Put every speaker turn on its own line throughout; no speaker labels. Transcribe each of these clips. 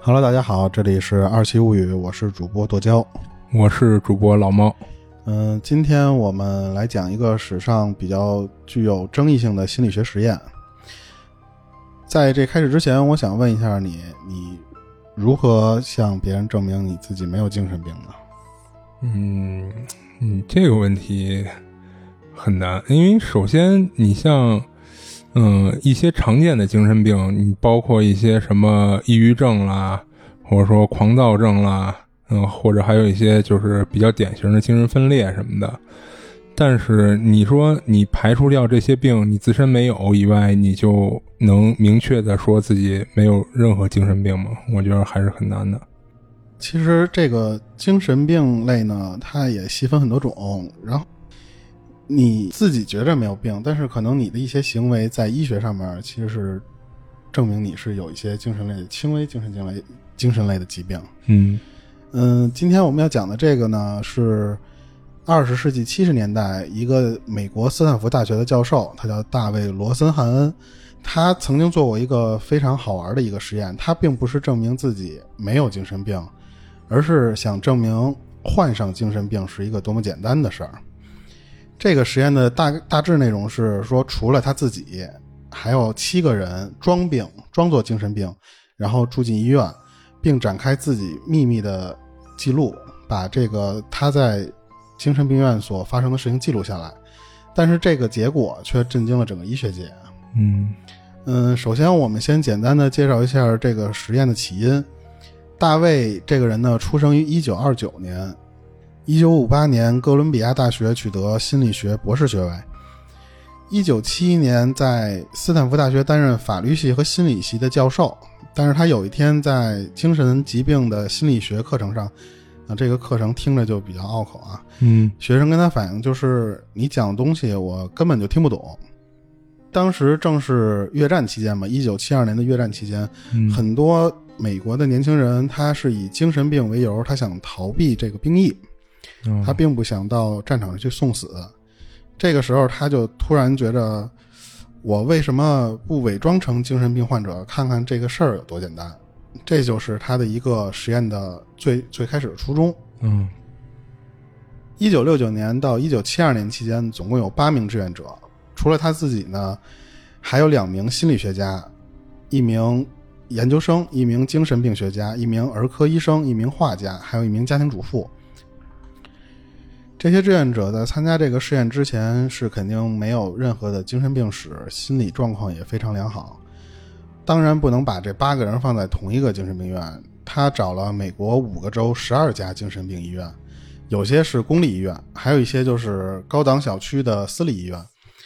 Hello，大家好，这里是二期物语，我是主播剁椒。
我是主播老猫，
嗯、今天我们来讲一个史上比较具有争议性的心理学实验。在这开始之前，我想问一下你，你如何向别人证明你自己没有精神病呢？
嗯，你这个问题很难，因为首先你像，嗯、一些常见的精神病，你包括一些什么抑郁症啦，或者说狂躁症啦，嗯、或者还有一些就是比较典型的精神分裂什么的。但是你说你排除掉这些病，你自身没有以外，你就能明确的说自己没有任何精神病吗？我觉得还是很难的。
其实这个精神病类呢，它也细分很多种。然后你自己觉着没有病，但是可能你的一些行为在医学上面其实是证明你是有一些精神类的轻微精神病类精神类的疾病。
嗯
嗯，今天我们要讲的这个呢是二十世纪七十年代一个美国斯坦福大学的教授，他叫大卫·罗森汉恩。他曾经做过一个非常好玩的一个实验，他并不是证明自己没有精神病，而是想证明患上精神病是一个多么简单的事儿。这个实验的大大致内容是说，除了他自己，还有七个人装病，装作精神病，然后住进医院，并展开自己秘密的记录，把这个他在精神病院所发生的事情记录下来。但是这个结果却震惊了整个医学界。啊
嗯
嗯，首先我们先简单的介绍一下这个实验的起因。大卫这个人呢，出生于一九二九年，一九五八年哥伦比亚大学取得心理学博士学位，一九七一年在斯坦福大学担任法律系和心理系的教授。但是他有一天在精神疾病的心理学课程上，啊，这个课程听着就比较拗口啊，
嗯
学生跟他反映就是你讲的东西我根本就听不懂。当时正是越战期间嘛，一九七二年的越战期间，
嗯，
很多美国的年轻人他是以精神病为由，他想逃避这个兵役，
嗯
他并不想到战场上去送死。这个时候，他就突然觉着，我为什么不伪装成精神病患者，看看这个事儿有多简单？这就是他的一个实验的最最开始的初衷。
嗯
一九六九年到一九七二年期间，总共有八名志愿者，除了他自己呢，还有两名心理学家，一名研究生，一名精神病学家，一名儿科医生，一名画家，还有一名家庭主妇。这些志愿者在参加这个试验之前是肯定没有任何的精神病史，心理状况也非常良好。当然不能把这八个人放在同一个精神病院，他找了美国五个州十二家精神病医院，有些是公立医院，还有一些就是高档小区的私立医院。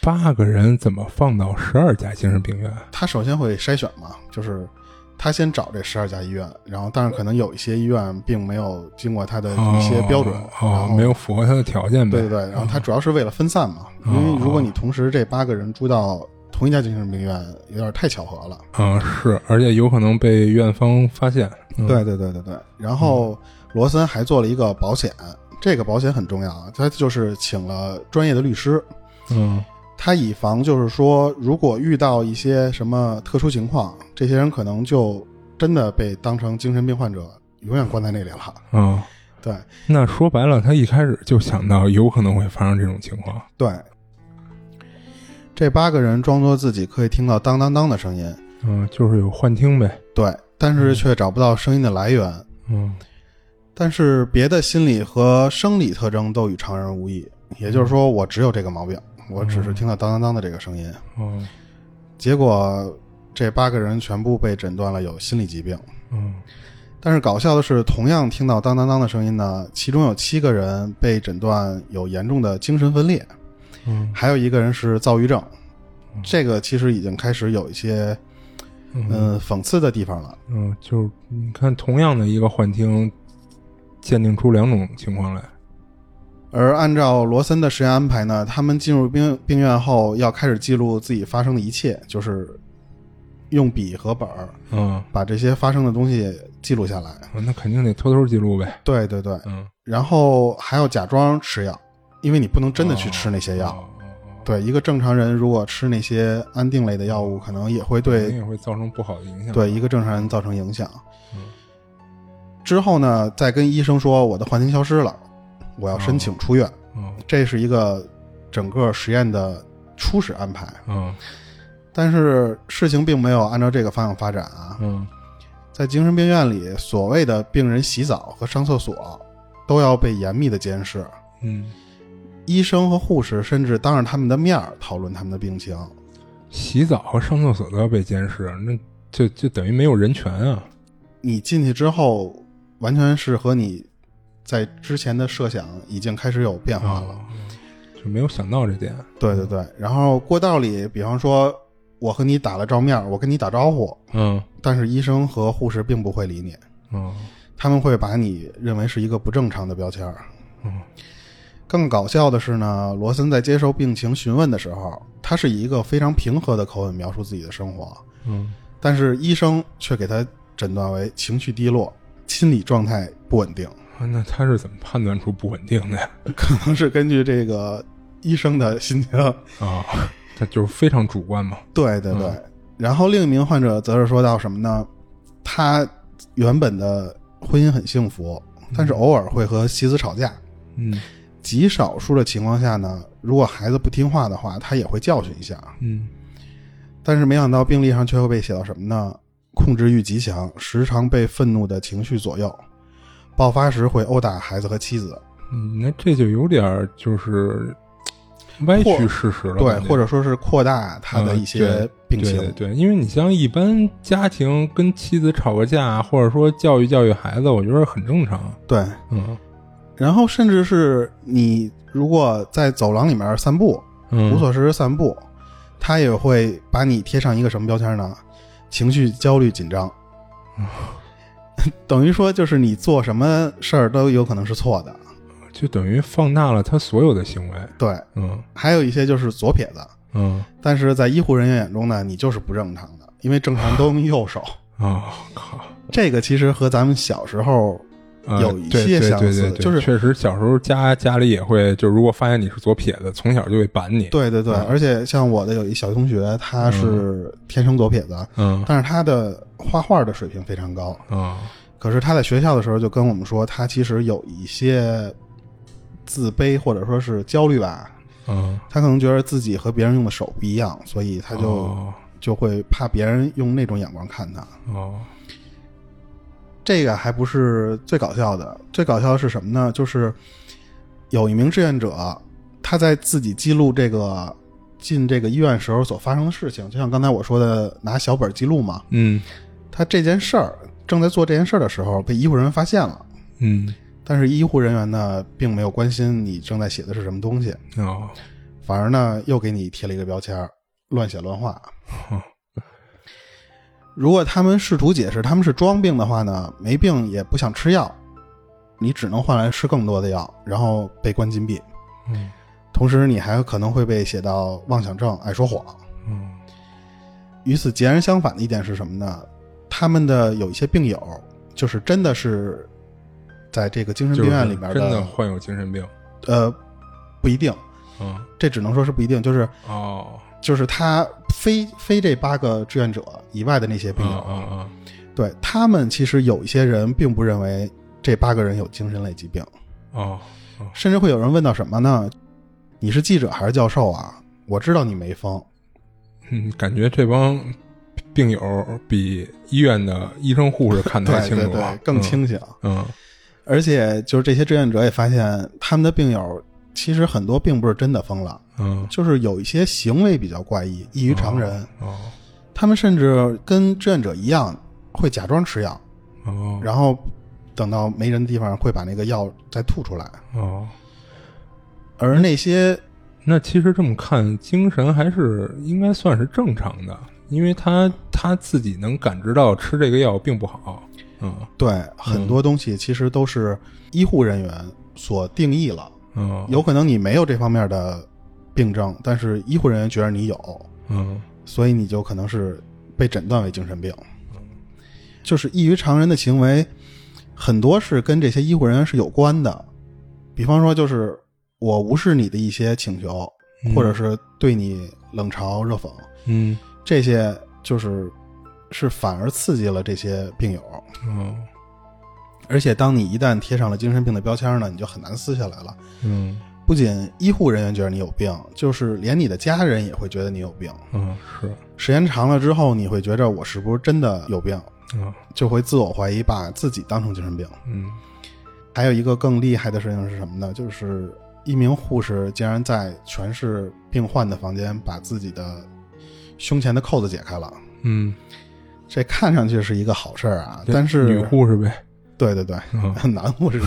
八个人怎么放到十二家精神病院？
他首先会筛选嘛，就是他先找这十二家医院，然后但是可能有一些医院并没有经过他的一些标准，然
哦，
后
没有符合他的条件呗。
对对对，然后他主要是为了分散嘛，因
哦
为如果你同时这八个人住到同一家精神病院，有点太巧合了。
嗯，是，而且有可能被院方发现。嗯、
对对对对对。然后罗森还做了一个保险，这个保险很重要啊，他就是请了专业的律师，
嗯
他以防就是说，如果遇到一些什么特殊情况，这些人可能就真的被当成精神病患者，永远关在那里了。
啊，
对
那说白了，他一开始就想到有可能会发生这种情况。
对，这八个人装作自己可以听到当当当的声音，
嗯，就是有幻听呗。
对，但是却找不到声音的来源。
嗯
但是别的心理和生理特征都与常人无异，也就是说，我只有这个毛病，我只是听到当当当的这个声音。
哦
结果这八个人全部被诊断了有心理疾病。
嗯
但是搞笑的是，同样听到当当当的声音呢，其中有七个人被诊断有严重的精神分裂，
嗯
还有一个人是躁郁症
嗯。
这个其实已经开始有一些
嗯
嗯讽刺的地方了。
嗯，就是你看，同样的一个幻听，鉴定出两种情况来。
而按照罗森的实验安排呢，他们进入病病院后要开始记录自己发生的一切，就是用笔和本儿
嗯，
把这些发生的东西记录下来。
那肯定得偷偷记录呗。
对对对，
嗯，
然后还要假装吃药，因为你不能真的去吃那些药。
哦哦哦哦
对，一个正常人如果吃那些安定类的药物，可能也会
肯
对
定也会造成不好的影响。
对一个正常人造成影响。
嗯
之后呢，再跟医生说我的幻听消失了，我要申请出院。
哦，
这是一个整个实验的初始安排。
嗯
但是事情并没有按照这个方向发展啊。
嗯
在精神病院里，所谓的病人洗澡和上厕所都要被严密的监视，
嗯，
医生和护士甚至当着他们的面儿讨论他们的病情。
洗澡和上厕所都要被监视，那就就等于没有人权啊。
你进去之后，完全是和你在之前的设想已经开始有变化了。
哦，就没有想到这点。
对对对，然后过道里，比方说我和你打了照面，我跟你打招呼，
嗯
但是医生和护士并不会理你，
嗯
他们会把你认为是一个不正常的标签儿。
嗯
更搞笑的是呢，罗森在接受病情询问的时候，他是以一个非常平和的口吻描述自己的生活，
嗯
但是医生却给他诊断为情绪低落、心理状态不稳定，
啊，那他是怎么判断出不稳定的呀？
可能 是根据这个医生的心情。
啊，他就是非常主观嘛。
对对对。
嗯
然后另一名患者则是说到什么呢？他原本的婚姻很幸福，但是偶尔会和妻子吵架。
嗯
极少数的情况下呢，如果孩子不听话的话，他也会教训一下。
嗯
但是没想到病历上却会被写到什么呢？控制欲极强，时常被愤怒的情绪左右，爆发时会殴打孩子和妻子，
嗯，那这就有点儿就是歪曲事实了。
对，
感觉
或者说是扩大他的
嗯
一些病情。
对对，因为你像一般家庭跟妻子吵个架，或者说教育教育孩子，我觉得很正常。
对，
嗯
然后甚至是你如果在走廊里面散步，
嗯，
无所事事散步，他也会把你贴上一个什么标签呢？情绪焦虑紧张， 等于说就是你做什么事儿都有可能是错的。
就等于放大了他所有的行为。
对，
嗯
还有一些就是左撇子，
嗯
但是在医护人员眼中呢，你就是不正常的，因为正常都用右 手。
啊，靠。
这个其实和咱们小时候
啊
有一些相似
对对对对
就是
确实小时候家家里也会，就如果发现你是左撇子，从小就会板你。，
对对对，
嗯
而且像我的有一小学同学，他是天生左撇子，
嗯
但是他的画画的水平非常高。
啊
可是他在学校的时候就跟我们说，他其实有一些自卑或者说是焦虑吧，
嗯，
他可能觉得自己和别人用的手不一样，所以他就、
哦
就会怕别人用那种眼光看他。
哦
这个还不是最搞笑的，最搞笑的是什么呢？就是有一名志愿者，他在自己记录这个进这个医院时候所发生的事情，就像刚才我说的，拿小本记录嘛。
嗯
他这件事儿正在做这件事儿的时候，被医护人员发现了，
嗯
但是医护人员呢，并没有关心你正在写的是什么东西，
哦，
反而呢又给你贴了一个标签儿，乱写乱画。如果他们试图解释他们是装病的话呢，没病也不想吃药，你只能换来吃更多的药，然后被关禁闭。
嗯
同时，你还可能会被写到妄想症、爱说谎。
嗯
与此截然相反的一点是什么呢？他们的有一些病友，就是真的是在这个精神
就是
病院里边
真的患有精神病。
呃，不一定，
嗯
这只能说是不一定，就是
哦，
就是他非非这八个志愿者以外的那些病
嗯
友，
嗯嗯
对他们其实有一些人并不认为这八个人有精神类疾病，
哦，
甚至会有人问到什么呢？你是记者还是教授啊？我知道你没疯，
嗯，感觉这帮病友比医院的医生护士看得
对
还清
对
楚啊
对，，更
嗯。
清醒。
嗯
而且就是这些志愿者也发现，他们的病友其实很多并不是真的疯了，
嗯
就是有一些行为比较怪异，异于常人。
哦
他们甚至跟志愿者一样，会假装吃药，
哦
然后等到没人的地方会把那个药再吐出来。
哦。
而那些
那其实这么看，精神还是应该算是正常的，因为他他自己能感知到吃这个药并不好。嗯
对很多东西其实都是医护人员所定义了，
嗯
有可能你没有这方面的病症，但是医护人员觉得你有，
嗯
所以你就可能是被诊断为精神病。就是异于常人的行为，很多是跟这些医护人员是有关的。比方说，就是我无视你的一些请求，
嗯
或者是对你冷嘲热讽，
嗯
这些就是是反而刺激了这些病友。
嗯
而且当你一旦贴上了精神病的标签呢，你就很难撕下来了。
嗯
不仅医护人员觉得你有病，就是连你的家人也会觉得你有病。
嗯是
时间长了之后，你会觉着我是不是真的有病，
啊
就会自我怀疑，把自己当成精神病。
嗯
还有一个更厉害的事情是什么呢？就是一名护士竟然在全是病患的房间，把自己的胸前的扣子解开了。
嗯，
这看上去是一个好事儿啊，
这
但是
女护士呗，
对对对，
嗯
男护士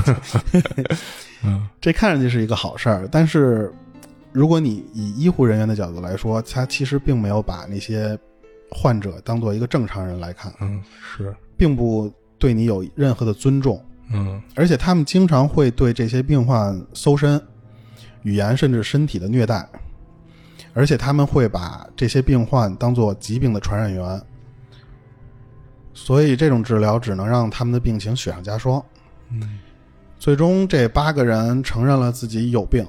嗯
这看上去是一个好事儿，但是如果你以医护人员的角度来说，他其实并没有把那些患者当做一个正常人来看，
嗯是
并不对你有任何的尊重，
嗯
而且他们经常会对这些病患搜身、语言甚至身体的虐待，而且他们会把这些病患当做疾病的传染源，所以这种治疗只能让他们的病情雪上加霜。
嗯
最终，这八个人承认了自己有病。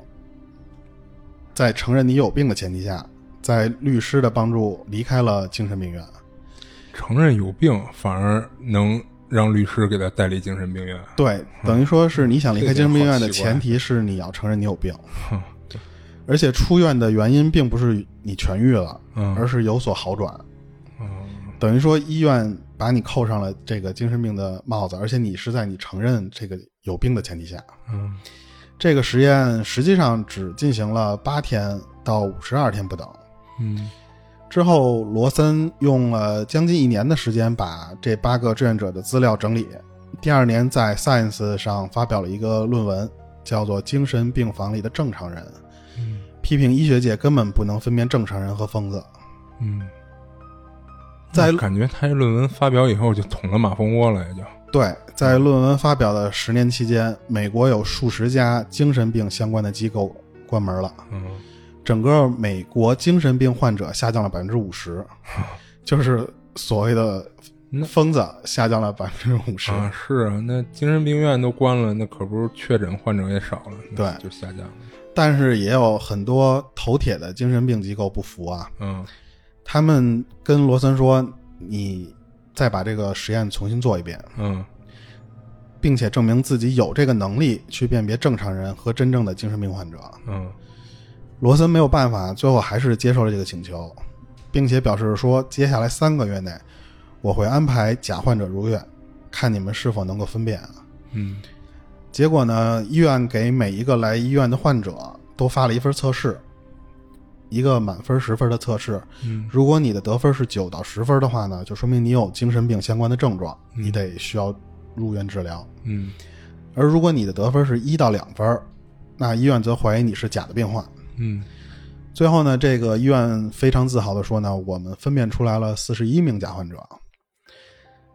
在承认你有病的前提下，在律师的帮助离开了精神病院。
承认有病反而能让律师给他代理精神病院，
对，等于说是你想离开精神病院的前提是你要承认你有病，
哼
而且出院的原因并不是你痊愈了，
嗯
而是有所好转。
嗯
等于说医院把你扣上了这个精神病的帽子，而且你是在你承认这个有病的前提下。
嗯
这个实验实际上只进行了八天到五十二天不等。
嗯
之后，罗森用了将近一年的时间把这八个志愿者的资料整理。第二年，在《Science》上发表了一个论文，叫做《精神病房里的正常人》，
嗯
批评医学界根本不能分辨正常人和疯子。
嗯，
在
那感觉他这论文发表以后就捅了马蜂窝了，也就
对，在论文发表的十年期间，美国有数十家精神病相关的机构关门了，
嗯
整个美国精神病患者下降了百分之五十，就是所谓的
那
疯子下降了百分之五十。
啊是啊，那精神病院都关了，那可不是确诊患者也少了，那
对
就下降了，
但是也有很多头铁的精神病机构不服啊，
嗯
他们跟罗森说：“你再把这个实验重新做一遍，
嗯
并且证明自己有这个能力去辨别正常人和真正的精神病患者。
嗯”
罗森没有办法，最后还是接受了这个请求，并且表示说：“接下来三个月内，我会安排假患者入院，看你们是否能够分辨啊。”
嗯
结果呢，医院给每一个来医院的患者都发了一份测试，一个满分十分的测试。
嗯
如果你的得分是九到十分的话呢，就说明你有精神病相关的症状，你得需要入院治疗。
嗯
而如果你的得分是一到两分，那医院则怀疑你是假的病患。
嗯
最后呢，这个医院非常自豪地说呢，我们分辨出来了四十一名假患者，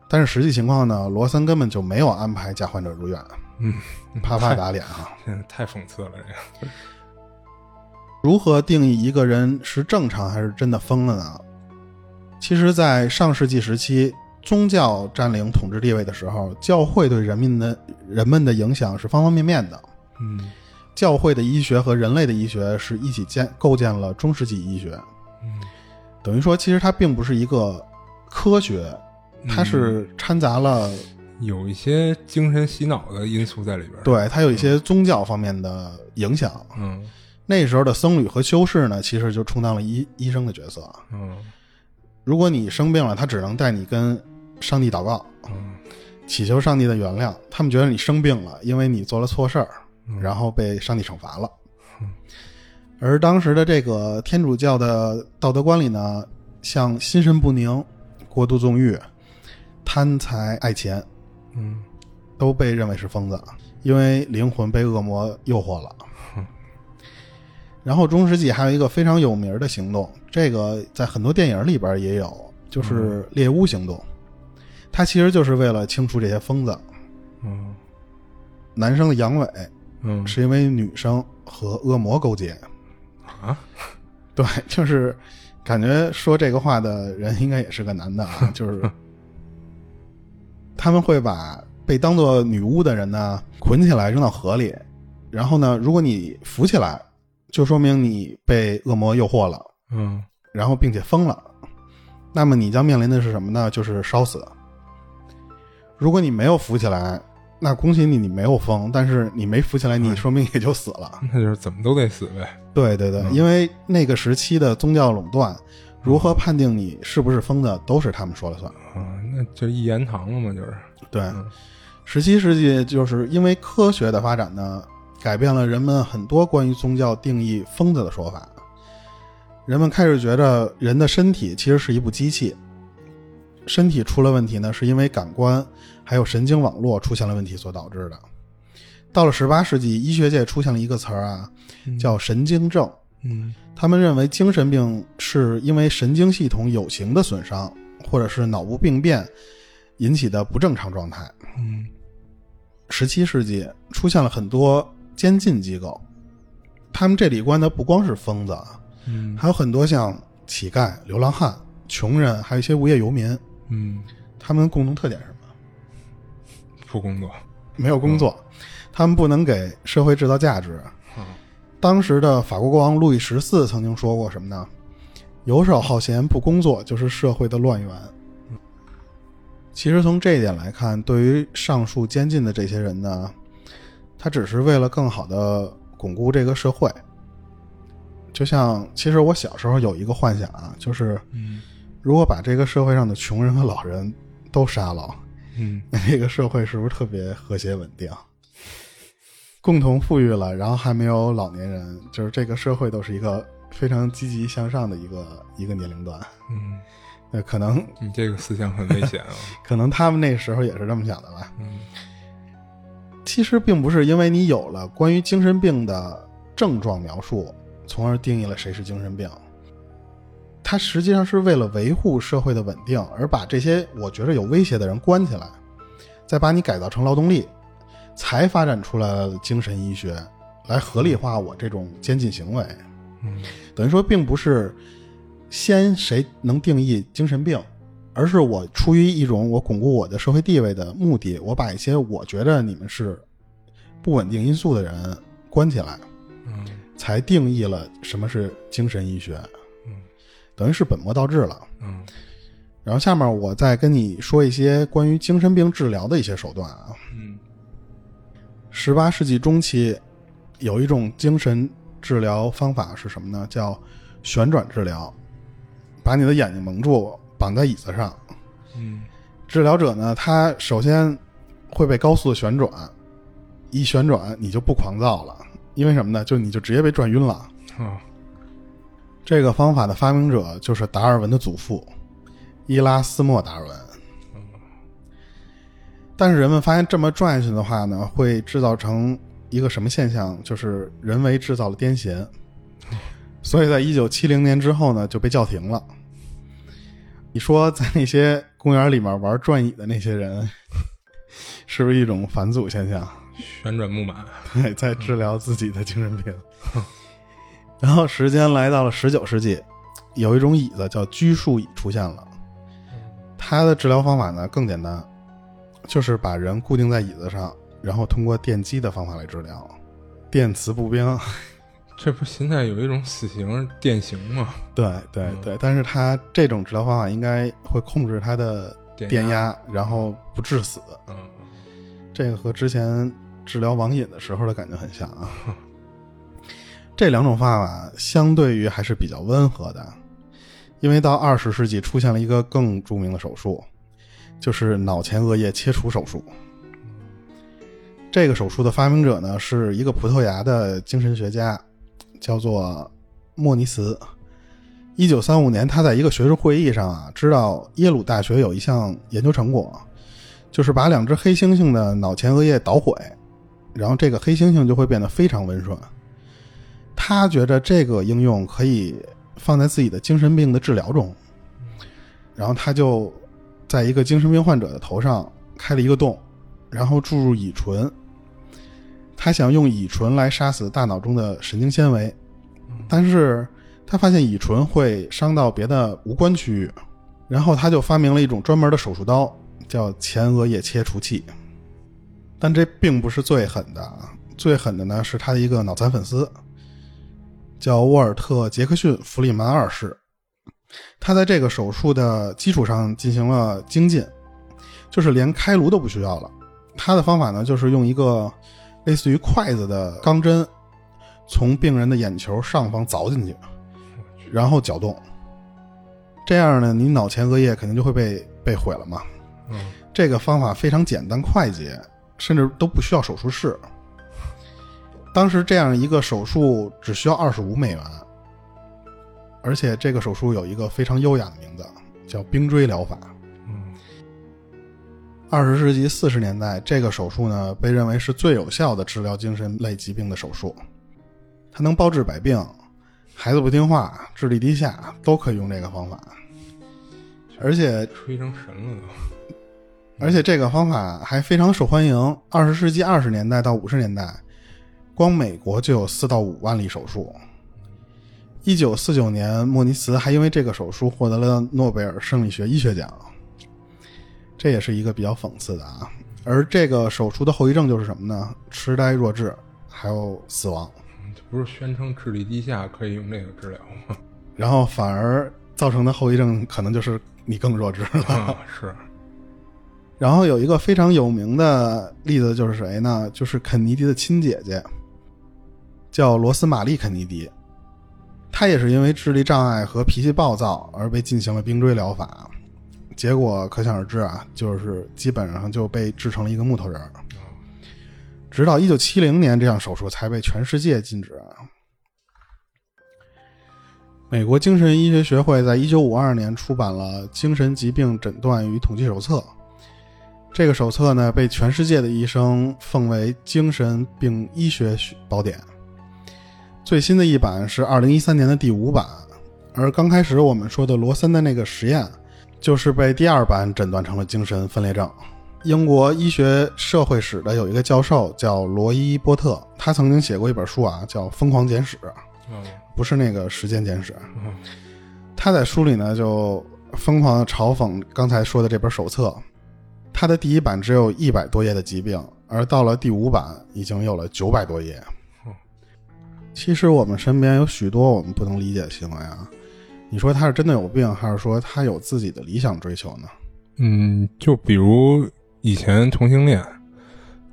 但是实际情况呢，罗森根本就没有安排假患者入院，
嗯，
啪啪打脸啊！
现在太讽刺了，这个
如何定义一个人是正常还是真的疯了呢？其实，在上世纪时期，宗教占领统治地位的时候，教会对人民的人们的影响是方方面面的。
嗯
教会的医学和人类的医学是一起建构建了中世纪医学，
嗯，
等于说，其实它并不是一个科学，它
嗯
是掺杂了、
有一些精神洗脑的因素在里边儿，
对它有一些宗教方面的影响。
嗯
那时候的僧侣和修士呢，其实就充当了医医生的角色。
嗯
如果你生病了，他只能带你跟上帝祷告，
嗯
祈求上帝的原谅。他们觉得你生病了，因为你做了错事儿，
嗯
然后被上帝惩罚了
嗯。
而当时的这个天主教的道德观里呢，像心神不宁、过度纵欲、贪财爱钱，
嗯
都被认为是疯子，啊因为灵魂被恶魔诱惑了。然后中世纪还有一个非常有名的行动，这个在很多电影里边也有，就是猎巫行动。它其实就是为了清除这些疯子。
嗯
男生的阳痿
嗯
是因为女生和恶魔勾结。
啊
对，就是感觉说这个话的人应该也是个男的啊，就是他们会把被当做女巫的人呢捆起来扔到河里，然后呢，如果你浮起来，就说明你被恶魔诱惑了，
嗯
然后并且疯了，那么你将面临的是什么呢？就是烧死。如果你没有浮起来，那恭喜你，你没有疯，但是你没扶起来，你说明也就死了。
那就是怎么都得死呗。
对对对，因为那个时期的宗教垄断，如何判定你是不是疯的，都是他们说了算。
啊，那就一言堂了嘛，就是。
对，十七世纪就是因为科学的发展呢，改变了人们很多关于宗教定义疯子的说法。人们开始觉得人的身体其实是一部机器，身体出了问题呢，是因为感官还有神经网络出现了问题所导致的。到了十八世纪，医学界出现了一个词儿啊，叫神经症。
嗯
他们认为精神病是因为神经系统有形的损伤，或者是脑部病变引起的不正常状态。
嗯
十七世纪出现了很多监禁机构，他们这里关的不光是疯子，啊，
嗯
还有很多像乞丐、流浪汉、穷人，还有一些无业游民。
嗯，
他们共同特点是什么？
不工作。
没有工作，他们不能给社会制造价值。
啊
当时的法国国王路易十四曾经说过什么呢？游手好闲不工作就是社会的乱源。其实从这一点来看，对于上述监禁的这些人呢，他只是为了更好的巩固这个社会。就像，其实我小时候有一个幻想啊，就是
嗯
如果把这个社会上的穷人和老人都杀了，
嗯
那这个社会是不是特别和谐稳定？共同富裕了，然后还没有老年人，就是这个社会都是一个非常积极向上的一个一个年龄段。
嗯，
那可能
你这个思想很危险啊。
可能他们那时候也是这么想的吧。
嗯
其实并不是因为你有了关于精神病的症状描述，从而定义了谁是精神病。它实际上是为了维护社会的稳定，而把这些我觉着有威胁的人关起来，再把你改造成劳动力，才发展出来了精神医学，来合理化我这种监禁行为。
嗯
等于说，并不是先谁能定义精神病，而是我出于一种我巩固我的社会地位的目的，我把一些我觉得你们是不稳定因素的人关起来，
嗯
才定义了什么是精神医学，
嗯
等于是本末倒置了。
嗯
然后下面我再跟你说一些关于精神病治疗的一些手段啊。
嗯
十八世纪中期，有一种精神治疗方法是什么呢？叫旋转治疗，把你的眼睛蒙住，绑在椅子上。
嗯
治疗者呢，他首先会被高速的旋转，一旋转你就不狂躁了，因为什么呢？就你就直接被转晕了。
啊
这个方法的发明者就是达尔文的祖父伊拉斯莫·达尔文。但是人们发现这么转下去的话呢，会制造成一个什么现象？就是人为制造了癫痫，所以在一九七零年之后呢，就被叫停了。你说在那些公园里面玩转椅的那些人，是不是一种返祖现象？
旋转木马。
对，在治疗自己的精神病。然后时间来到了十九世纪，有一种椅子叫拘束椅出现了。它的治疗方法呢更简单，就是把人固定在椅子上，然后通过电击的方法来治疗。电磁步兵，
这不现在有一种死刑电刑吗？
对对对，但是它这种治疗方法应该会控制它的
电
电
压
压，然后不致死。
嗯
这个和之前治疗网瘾的时候的感觉很像啊。 这两种方法相对于还是比较温和的，因为到二十世纪出现了一个更著名的手术，就是脑前额叶切除手术。这个手术的发明者呢是一个葡萄牙的精神学家，叫做莫尼斯。一九三五年，他在一个学术会议上啊，知道耶鲁大学有一项研究成果，就是把两只黑猩猩的脑前额叶捣毁，然后这个黑猩猩就会变得非常温顺。啊他觉得这个应用可以放在自己的精神病的治疗中，然后他就在一个精神病患者的头上开了一个洞，然后注入乙醇。他想用乙醇来杀死大脑中的神经纤维，但是他发现乙醇会伤到别的无关区域，然后他就发明了一种专门的手术刀，叫前额叶切除器。但这并不是最狠的，啊，最狠的呢是他的一个脑残粉丝，叫沃尔特·杰克逊·弗里曼二世。他在这个手术的基础上进行了精进，就是连开颅都不需要了，他的方法呢，就是用一个类似于筷子的钢针，从病人的眼球上方凿进去，然后搅动。这样呢，你脑前额叶肯定就会被被毁了嘛。
嗯
这个方法非常简单快捷，甚至都不需要手术室。当时这样一个手术只需要二十五美元，而且这个手术有一个非常优雅的名字，叫冰锥疗法。
嗯
二十世纪四十年代，这个手术呢被认为是最有效的治疗精神类疾病的手术，它能包治百病，孩子不听话、智力低下都可以用这个方法。而且
吹成神了
而且这个方法还非常受欢迎。二十世纪二十年代到五十年代，光美国就有四到五万例手术。一九四九年，莫尼茨还因为这个手术获得了诺贝尔生理学医学奖，这也是一个比较讽刺的啊。而这个手术的后遗症就是什么呢？痴呆、弱智，还有死亡。
都，这不是宣称智力低下可以用这个治疗吗？
然后反而造成的后遗症可能就是你更弱智了。
啊，是，
然后有一个非常有名的例子就是谁呢？就是肯尼迪的亲姐姐，叫罗斯玛丽·肯尼迪。她也是因为智力障碍和脾气暴躁而被进行了冰锥疗法，结果可想而知啊，就是基本上就被制成了一个木头人儿。直到一九七零年，这项手术才被全世界禁止。啊美国精神医学学会在一九五二年出版了《精神疾病诊断与统计手册》。这个手册呢，被全世界的医生奉为精神病医学宝典。最新的一版是二零一三年的第五版，而刚开始我们说的罗森的那个实验，就是被第二版诊断成了精神分裂症。英国医学社会史的有一个教授叫罗伊波特，他曾经写过一本书啊，叫《疯狂简史》，
嗯
不是那个《时间简史》。
嗯
他在书里呢就疯狂的嘲讽刚才说的这本手册，他的第一版只有一百多页的疾病，而到了第五版已经有了九百多页
嗯。
其实我们身边有许多我们不能理解的行为啊，你说他是真的有病，还是说他有自己的理想追求呢？
嗯，就比如以前同性恋，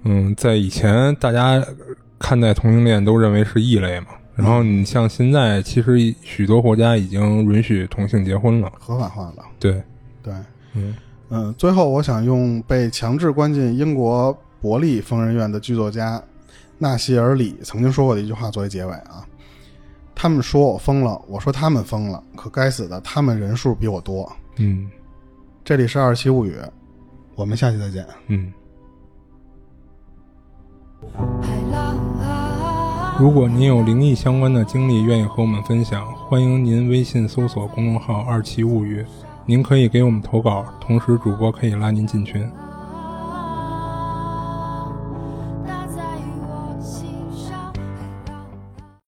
嗯，在以前大家看待同性恋都认为是异类嘛。然后你像现在，其实许多国家已经允许同性结婚了。
合法化了，
对，
对，
嗯
嗯，最后我想用被强制关进英国伯利疯人院的剧作家纳西尔·里曾经说过的一句话作为结尾啊。他们说我疯了，我说他们疯了，可该死的，他们人数比我多。
嗯
这里是《二七物语》，我们下期再见。
嗯。如
如
果
果
您
您
有
有
灵
灵
异
异
相关的经历，愿意和我们分享，欢迎您微信搜索公众号“二七物语”，您可以给我们投稿，同时主播可以拉您进群。
啊